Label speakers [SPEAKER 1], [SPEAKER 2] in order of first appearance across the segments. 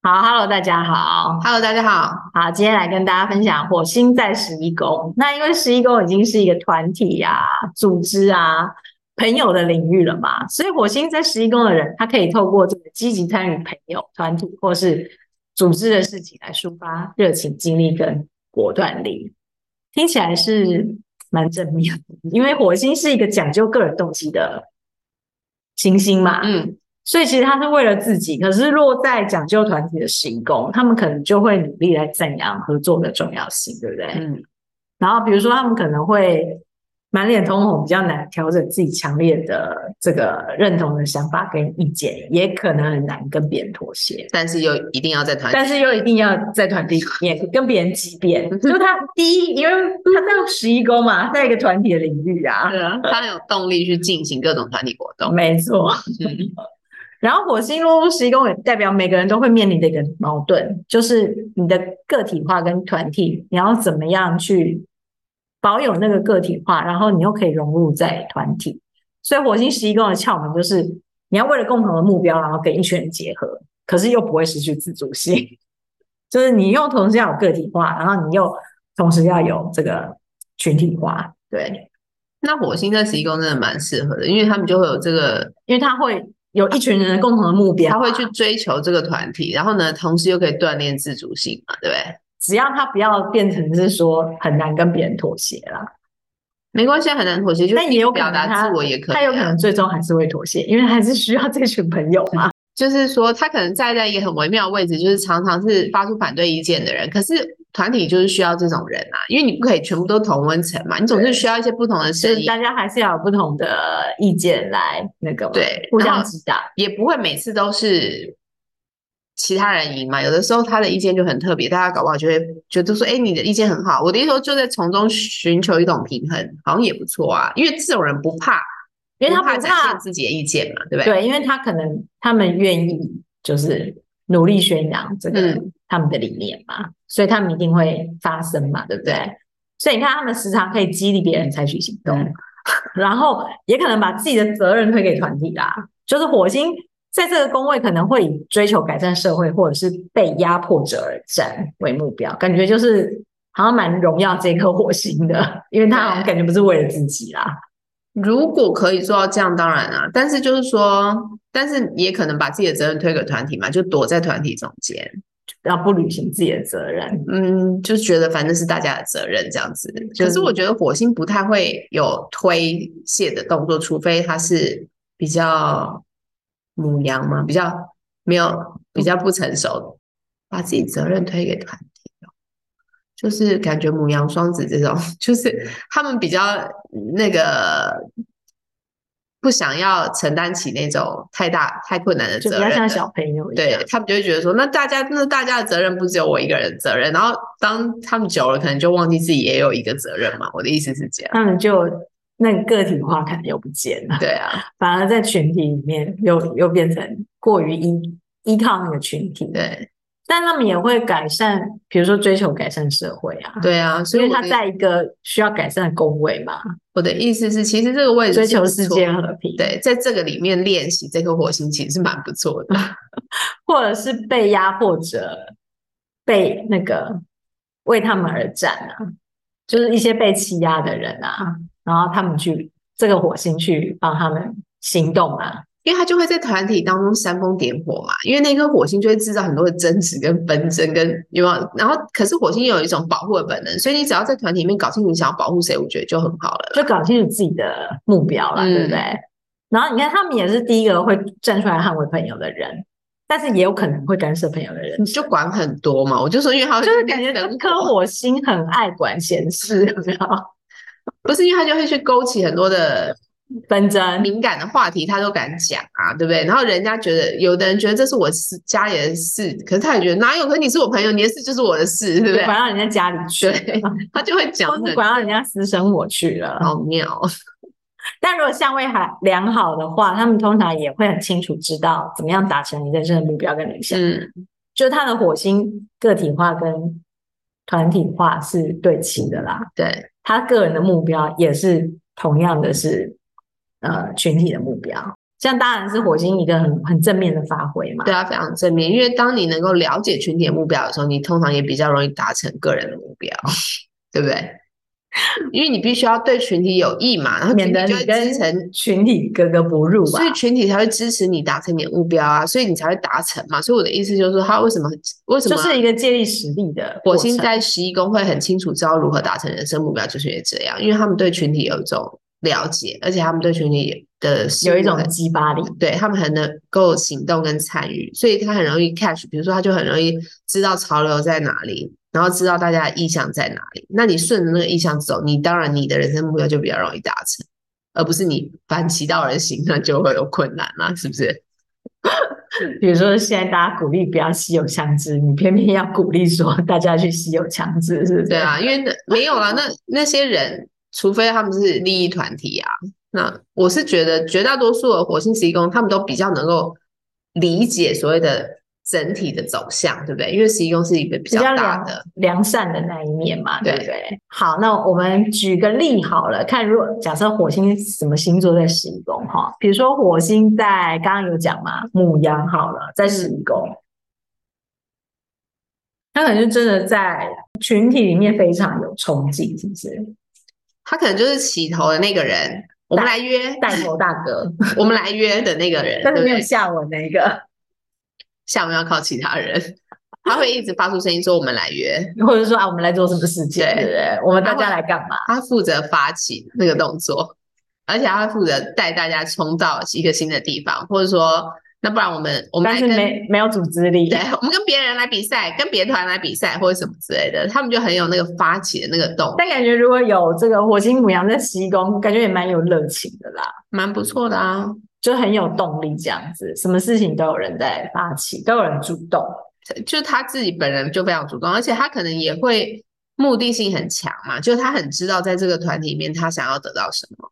[SPEAKER 1] 好，Hello，大家好，
[SPEAKER 2] Hello，大家好。
[SPEAKER 1] 好，今天来跟大家分享火星在十一宫。那因为十一宫已经是一个团体啊、组织啊、朋友的领域了嘛，所以火星在十一宫的人，他可以透过这个积极参与朋友、团体或是组织的事情来抒发热情、精力跟果断力。听起来是蛮正面的，因为火星是一个讲究个人动机的行星嘛，
[SPEAKER 2] 嗯，
[SPEAKER 1] 所以其实他是为了自己，可是落在讲究团体的行宫，他们可能就会努力来赞扬合作的重要性，对不对？
[SPEAKER 2] 嗯，
[SPEAKER 1] 然后比如说他们可能会满脸通红，比较难调整自己强烈的这个认同的想法跟意见，也可能很难跟别人妥协，
[SPEAKER 2] 但是又一定要在团体。
[SPEAKER 1] 但是又一定要在团体里面跟别人激辩。就他第一，因为他在十一宫嘛，在一个团体的领域啊，
[SPEAKER 2] 对啊，他很有动力去进行各种团体活动。
[SPEAKER 1] 哦没错。
[SPEAKER 2] 嗯
[SPEAKER 1] 然后火星落入十一宫，也代表每个人都会面临的一个矛盾，就是你的个体化跟团体，你要怎么样去保有那个个体化，然后你又可以融入在团体。所以火星十一宫的窍门就是，你要为了共同的目标，然后跟一群人结合，可是又不会失去自主性，就是你又同时要有个体化，然后你又同时要有这个群体化，对，
[SPEAKER 2] 那火星在十一宫真的蛮适合的，因为他们就会有这个，
[SPEAKER 1] 因为它会有一群人的共同的目标，
[SPEAKER 2] 他会去追求这个团体，然后呢，同时又可以锻炼自主性嘛，对不对？
[SPEAKER 1] 只要他不要变成是说很难跟别人妥协啦，
[SPEAKER 2] 没关系啊，很难妥协，就
[SPEAKER 1] 但也
[SPEAKER 2] 是
[SPEAKER 1] 有可
[SPEAKER 2] 表
[SPEAKER 1] 能
[SPEAKER 2] 达
[SPEAKER 1] 他
[SPEAKER 2] 自我也可以、啊。
[SPEAKER 1] 他有可能最终还是会妥协，因为还是需要这群朋友嘛。
[SPEAKER 2] 就是说，他可能站在一个很微妙的位置，就是常常是发出反对意见的人。可是团体就是需要这种人啊，因为你不可以全部都同温层嘛，你总是需要一些不同的
[SPEAKER 1] 所
[SPEAKER 2] 声
[SPEAKER 1] 以
[SPEAKER 2] 音。
[SPEAKER 1] 大家还是要有不同的意见来那个嘛
[SPEAKER 2] 对
[SPEAKER 1] 互
[SPEAKER 2] 然
[SPEAKER 1] 相
[SPEAKER 2] 后
[SPEAKER 1] 指导。
[SPEAKER 2] 也不会每次都是其他人赢嘛。有的时候他的意见就很特别，大家搞不好就会觉得说：“哎，你的意见很好。”我的意思说，就在从中寻求一种平衡，好像也不错啊。因为这种人不怕，
[SPEAKER 1] 因为他
[SPEAKER 2] 不怕
[SPEAKER 1] 不
[SPEAKER 2] 展
[SPEAKER 1] 怕
[SPEAKER 2] 现自己的意见嘛，对不对？
[SPEAKER 1] 对，因为他可能他们愿意就是努力宣扬这个、
[SPEAKER 2] 嗯
[SPEAKER 1] 他们的理念嘛，所以他们一定会发声嘛，对不对？所以你看，他们时常可以激励别人采取行动，
[SPEAKER 2] 嗯
[SPEAKER 1] 然后也可能把自己的责任推给团体啦。就是火星在这个宫位可能会以追求改善社会或者是被压迫者而战为目标，感觉就是好像蛮荣耀这颗火星的，因为他好像感觉不是为了自己啦。
[SPEAKER 2] 如果可以做到这样，当然啊。但是就是说，但是也可能把自己的责任推给团体嘛，就躲在团体中间，
[SPEAKER 1] 要不履行自己的责任，
[SPEAKER 2] 嗯，就觉得反正是大家的责任这样子。可是我觉得火星不太会有推卸的动作，除非他是比较母羊嘛，比较没有比较不成熟，把自己责任推给团体哦，就是感觉母羊、双子这种， 就是他们比较那个不想要承担起那种太大太困难的
[SPEAKER 1] 就
[SPEAKER 2] 责
[SPEAKER 1] 比
[SPEAKER 2] 任
[SPEAKER 1] 较像
[SPEAKER 2] 的
[SPEAKER 1] 小朋友一样
[SPEAKER 2] 对。他们就会觉得说，那大家那大家的责任不只有我一个人的责任，然后当他们久了，可能就忘记自己也有一个责任嘛。我的意思是这样，
[SPEAKER 1] 他们就那个个体化可能又不见了，
[SPEAKER 2] 对啊，
[SPEAKER 1] 反而在群体里面又又变成过于依依靠那个群体，
[SPEAKER 2] 对
[SPEAKER 1] 但他们也会改善，比如说追求改善社会啊，
[SPEAKER 2] 对啊，所
[SPEAKER 1] 因
[SPEAKER 2] 以
[SPEAKER 1] 为
[SPEAKER 2] 我
[SPEAKER 1] 他
[SPEAKER 2] 的
[SPEAKER 1] 在一个需要改善的工位嘛，
[SPEAKER 2] 我的意思是，其实这个位置
[SPEAKER 1] 追
[SPEAKER 2] 是
[SPEAKER 1] 求
[SPEAKER 2] 不
[SPEAKER 1] 世
[SPEAKER 2] 错
[SPEAKER 1] 界
[SPEAKER 2] 的
[SPEAKER 1] 和平，，
[SPEAKER 2] 对，在这个里面练习这颗火星其实是蛮不错的。
[SPEAKER 1] 或者是被压迫者被那个为他们而战啊，就是一些被欺压的人啊，然后他们去这个火星去帮他们行动啊，
[SPEAKER 2] 因为他就会在团体当中煽风点火嘛，因为那颗火星就会制造很多的争执跟纷争跟有没有？然后可是火星有一种保护的本能，所以你只要在团体里面搞清楚你想要保护谁，我觉得就很好了啦。
[SPEAKER 1] 就搞清楚自己的目标啦，
[SPEAKER 2] 嗯
[SPEAKER 1] 对不对？然后你看，他们也是第一个会站出来捍卫朋友的人，但是也有可能会干涉朋友的人
[SPEAKER 2] 你，就管很多嘛，我就说，因为他会
[SPEAKER 1] 就是
[SPEAKER 2] 去
[SPEAKER 1] 感觉这
[SPEAKER 2] 整
[SPEAKER 1] 颗火星很爱管闲事，有没有？
[SPEAKER 2] 不是因为他就会去勾起很多的
[SPEAKER 1] 纷争，
[SPEAKER 2] 敏感的话题，他都敢讲啊，对不对？然后人家觉得，有的人觉得这是我事家里的事，可是他也觉得哪有？可是你是我朋友，你的事就是我的事，对不
[SPEAKER 1] 就
[SPEAKER 2] 对
[SPEAKER 1] 管？到人家家里去，
[SPEAKER 2] 对，他就会讲
[SPEAKER 1] 或是
[SPEAKER 2] 很
[SPEAKER 1] 管到人家私生活去了。
[SPEAKER 2] 好 妙，
[SPEAKER 1] 但如果相位还良好的话，他们通常也会很清楚知道怎么样达成你人生的目标跟理想。
[SPEAKER 2] 嗯，
[SPEAKER 1] 就是他的火星个体化跟团体化是对齐的啦，
[SPEAKER 2] 对，
[SPEAKER 1] 他个人的目标也是同样的是呃群体的目标。像当然是火星一个很很正面的发挥嘛。
[SPEAKER 2] 对啊，非常正面。因为当你能够了解群体的目标的时候，你通常也比较容易达成个人的目 标，对不对？因为你必须要对群体有益嘛，然后
[SPEAKER 1] 免
[SPEAKER 2] 群
[SPEAKER 1] 得
[SPEAKER 2] 体
[SPEAKER 1] 你
[SPEAKER 2] 就会
[SPEAKER 1] 跟
[SPEAKER 2] 支撑，
[SPEAKER 1] 群体格格不入啊吧
[SPEAKER 2] 所。以群体才会支持你达成你的目标啊，所以你才会达成嘛。所以我的意思就是说，他为什么为什
[SPEAKER 1] 就
[SPEAKER 2] 么
[SPEAKER 1] 是一个借力使力的
[SPEAKER 2] 火
[SPEAKER 1] 过
[SPEAKER 2] 星
[SPEAKER 1] 程
[SPEAKER 2] 在十一宫会很清楚知道如何达成人生目标，就是因为这样，因为他们对群体有一种了解，而且他们对群体的事物
[SPEAKER 1] 有一种
[SPEAKER 2] 很
[SPEAKER 1] 激发力，
[SPEAKER 2] 对他们很能够行动跟参与，所以他很容易 catch，比如说他就很容易知道潮流在哪里，然后知道大家的意向在哪里。那你顺着那个意向走，你当然你的人生目标就比较容易达成，而不是你反其道而行，那就会有困难啦、是不是？
[SPEAKER 1] 比如说现在大家鼓励不要吸有枪支，你偏偏要鼓励说大家去吸有枪支，是不是？
[SPEAKER 2] 对啊，因为那没有啦，那那些人，除非他们是利益团体啊。那我是觉得绝大多数的火星职工，他们都比较能够理解所谓的整体的走向，对不对？因为十一宫是一个比
[SPEAKER 1] 比
[SPEAKER 2] 较
[SPEAKER 1] 较
[SPEAKER 2] 大
[SPEAKER 1] 良
[SPEAKER 2] 的，
[SPEAKER 1] 良善的那一面嘛，对
[SPEAKER 2] 对
[SPEAKER 1] 不对？好，那我们举个例好了，看如果假设火星是什么星座在十一宫哈，比如说火星在刚刚有讲嘛，母羊好了，在十一宫，
[SPEAKER 2] 嗯
[SPEAKER 1] 他可能就真的在群体里面非常有冲劲，是不是？
[SPEAKER 2] 他可能就是起头的那个人。我们
[SPEAKER 1] 带
[SPEAKER 2] 来约，
[SPEAKER 1] 带头大哥，
[SPEAKER 2] 我们来约的那个人，
[SPEAKER 1] 但 是
[SPEAKER 2] 对不
[SPEAKER 1] 没有
[SPEAKER 2] 对？
[SPEAKER 1] 下文的一个，
[SPEAKER 2] 下午要靠其他人，他会一直发出声音说我们来约，
[SPEAKER 1] 或者说啊，我们来做什么事情，
[SPEAKER 2] 对啊
[SPEAKER 1] 对不对？我们大
[SPEAKER 2] 他
[SPEAKER 1] 家
[SPEAKER 2] 会
[SPEAKER 1] 来干嘛？
[SPEAKER 2] 他负责发起那个动作，而且他会负责带大家冲到一个新的地方，或者说，那不然我们我们
[SPEAKER 1] 但
[SPEAKER 2] 来
[SPEAKER 1] 是
[SPEAKER 2] 跟
[SPEAKER 1] 没没有组织力
[SPEAKER 2] 对，，我们跟别人来比赛，跟别团来比赛或者什么之类的，他们就很有那个发起的那个动，
[SPEAKER 1] 但感觉如果有这个火星母羊在十一宫，感觉也蛮有热情的啦，
[SPEAKER 2] 蛮不错的啊。
[SPEAKER 1] 就很有动力这样子，什么事情都有人在发起，都有人主动。
[SPEAKER 2] 就他自己本人就非常主动，而且他可能也会目的性很强嘛，就他很知道在这个团体里面他想要得到什么，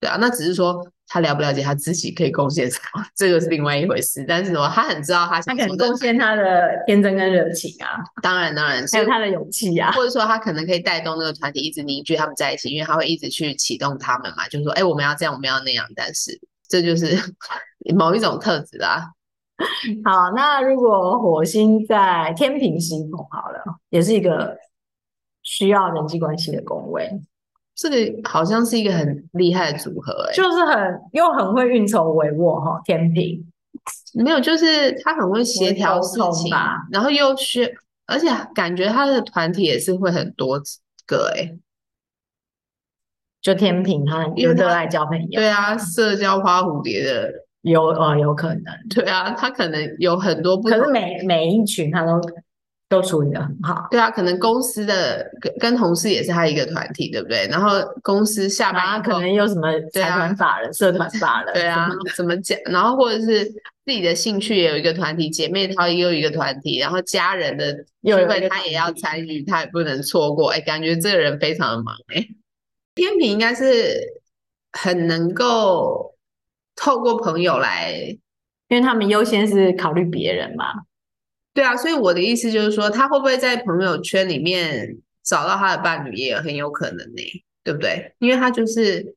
[SPEAKER 2] 对啊，那只是说他了不了解他自己可以贡献什么，这个是另外一回事。但是呢，他很知道他
[SPEAKER 1] 他
[SPEAKER 2] 想
[SPEAKER 1] 可
[SPEAKER 2] 做
[SPEAKER 1] 能
[SPEAKER 2] 的
[SPEAKER 1] 贡，献他的天真跟热情啊，
[SPEAKER 2] 当然当然，
[SPEAKER 1] 还有
[SPEAKER 2] 是
[SPEAKER 1] 他的勇气啊。
[SPEAKER 2] 或者说他可能可以带动那个团体一直凝聚他们在一起，因为他会一直去启动他们嘛，就是说，哎，我们要这样，我们要那样，但是这就是 某一种特质啊。
[SPEAKER 1] 好，那如果火星在天平星宫好了，也是一个需要人际关系的宫位，
[SPEAKER 2] 这个好像是一个很厉害的组合、哎，
[SPEAKER 1] 就是很又很会运筹帷幄哈、天平
[SPEAKER 2] 没有，就是他很会协调
[SPEAKER 1] 沟
[SPEAKER 2] 事
[SPEAKER 1] 通
[SPEAKER 2] 情
[SPEAKER 1] 吧，
[SPEAKER 2] 然后又学，而且感觉他的团体也是会很多个哎诶、
[SPEAKER 1] 就天平他
[SPEAKER 2] 因
[SPEAKER 1] 有
[SPEAKER 2] 为他
[SPEAKER 1] 热爱交朋友，
[SPEAKER 2] 对啊，社交花蝴蝶的，
[SPEAKER 1] 有呃有可能。
[SPEAKER 2] 对啊，他可能有很多不
[SPEAKER 1] 可是
[SPEAKER 2] 同，
[SPEAKER 1] 每每一群他都都处理的很好，
[SPEAKER 2] 对啊，可能公司的跟跟同事也是他一个团体，对不对？然后公司下
[SPEAKER 1] 然
[SPEAKER 2] 班
[SPEAKER 1] 后
[SPEAKER 2] 以
[SPEAKER 1] 啊可
[SPEAKER 2] 后，
[SPEAKER 1] 能有什么
[SPEAKER 2] 对
[SPEAKER 1] 财
[SPEAKER 2] 啊
[SPEAKER 1] 团法人、社团法人，
[SPEAKER 2] 对啊，怎么讲？然后或者是自己的兴趣也有一个团体，姐妹淘也有一个团体，然后家人的
[SPEAKER 1] 又有
[SPEAKER 2] 聚
[SPEAKER 1] 一
[SPEAKER 2] 会
[SPEAKER 1] 个
[SPEAKER 2] 他
[SPEAKER 1] 团
[SPEAKER 2] 也要
[SPEAKER 1] 体
[SPEAKER 2] 参与，他也不能错过。哎，感觉这个人非常的忙哎、天平应该是很能够透过朋友来，
[SPEAKER 1] 因为他们优先是考虑别人嘛，
[SPEAKER 2] 对啊，所以我的意思就是说，他会不会在朋友圈里面找到他的伴侣，也很有可能呢、对不对？因为他就是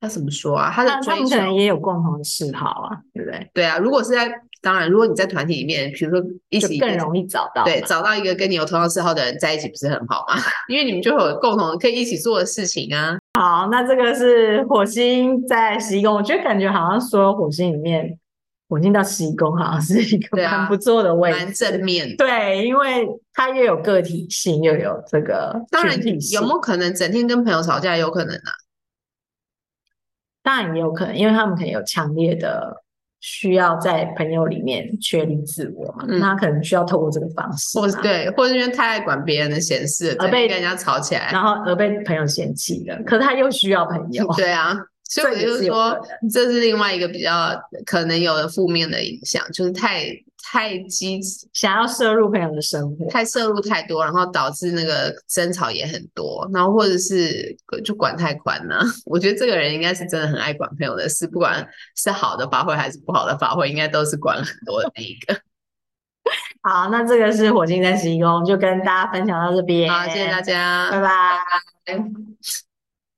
[SPEAKER 2] 他怎么说啊？他的
[SPEAKER 1] 那他
[SPEAKER 2] 追
[SPEAKER 1] 们可
[SPEAKER 2] 求。
[SPEAKER 1] 能也有共同的嗜好啊，对不对？
[SPEAKER 2] 对啊，如果是在，当然，如果你在团体里面，比如说一
[SPEAKER 1] 就
[SPEAKER 2] 起
[SPEAKER 1] 更容易找到嘛，
[SPEAKER 2] 对找到一个跟你有同样嗜好的人在一起，不是很好吗？ 因为你们就会有共同可以一起做的事情啊。
[SPEAKER 1] 好，那这个是火星在十一宫，我觉得感觉好像说火星里面，火星到十一宫好像是一个
[SPEAKER 2] 对啊
[SPEAKER 1] 蛮不错的位
[SPEAKER 2] 蛮
[SPEAKER 1] 置，
[SPEAKER 2] 正面的。
[SPEAKER 1] 对，因为它又有个体性，又有这个
[SPEAKER 2] 当然
[SPEAKER 1] 群体，
[SPEAKER 2] 有
[SPEAKER 1] 性
[SPEAKER 2] 没有可能整天跟朋友吵架？有可能啊。
[SPEAKER 1] 当然也有可能，因为他们可能有强烈的需要在朋友里面确立自我嘛，
[SPEAKER 2] 嗯
[SPEAKER 1] 那可能需要透过这个方式
[SPEAKER 2] 或是
[SPEAKER 1] 嘛，
[SPEAKER 2] 对，或是因为太爱管别人的闲事，
[SPEAKER 1] 而
[SPEAKER 2] 整天
[SPEAKER 1] 被
[SPEAKER 2] 跟人家吵起来。
[SPEAKER 1] 然后而被朋友嫌弃了，可是他又需要朋友，
[SPEAKER 2] 对啊，所以
[SPEAKER 1] 这
[SPEAKER 2] 我
[SPEAKER 1] 也
[SPEAKER 2] 就是
[SPEAKER 1] 有
[SPEAKER 2] 说
[SPEAKER 1] 可，
[SPEAKER 2] 这是另外一个比较可能有的负面的影响，就是太太积
[SPEAKER 1] 想要摄入朋友的生活，
[SPEAKER 2] 太摄入太多，然后导致那个争吵也很多，然后或者是就管太宽了、 我觉得这个人应该是真的很爱管朋友的事，不管是好的发挥还是不好的发挥，应该都是管很多的那一 个。
[SPEAKER 1] 好，那这个是火星在十一宫，就跟大家分享到这边，
[SPEAKER 2] 好，谢谢大
[SPEAKER 1] 拜
[SPEAKER 2] 家。
[SPEAKER 1] 拜。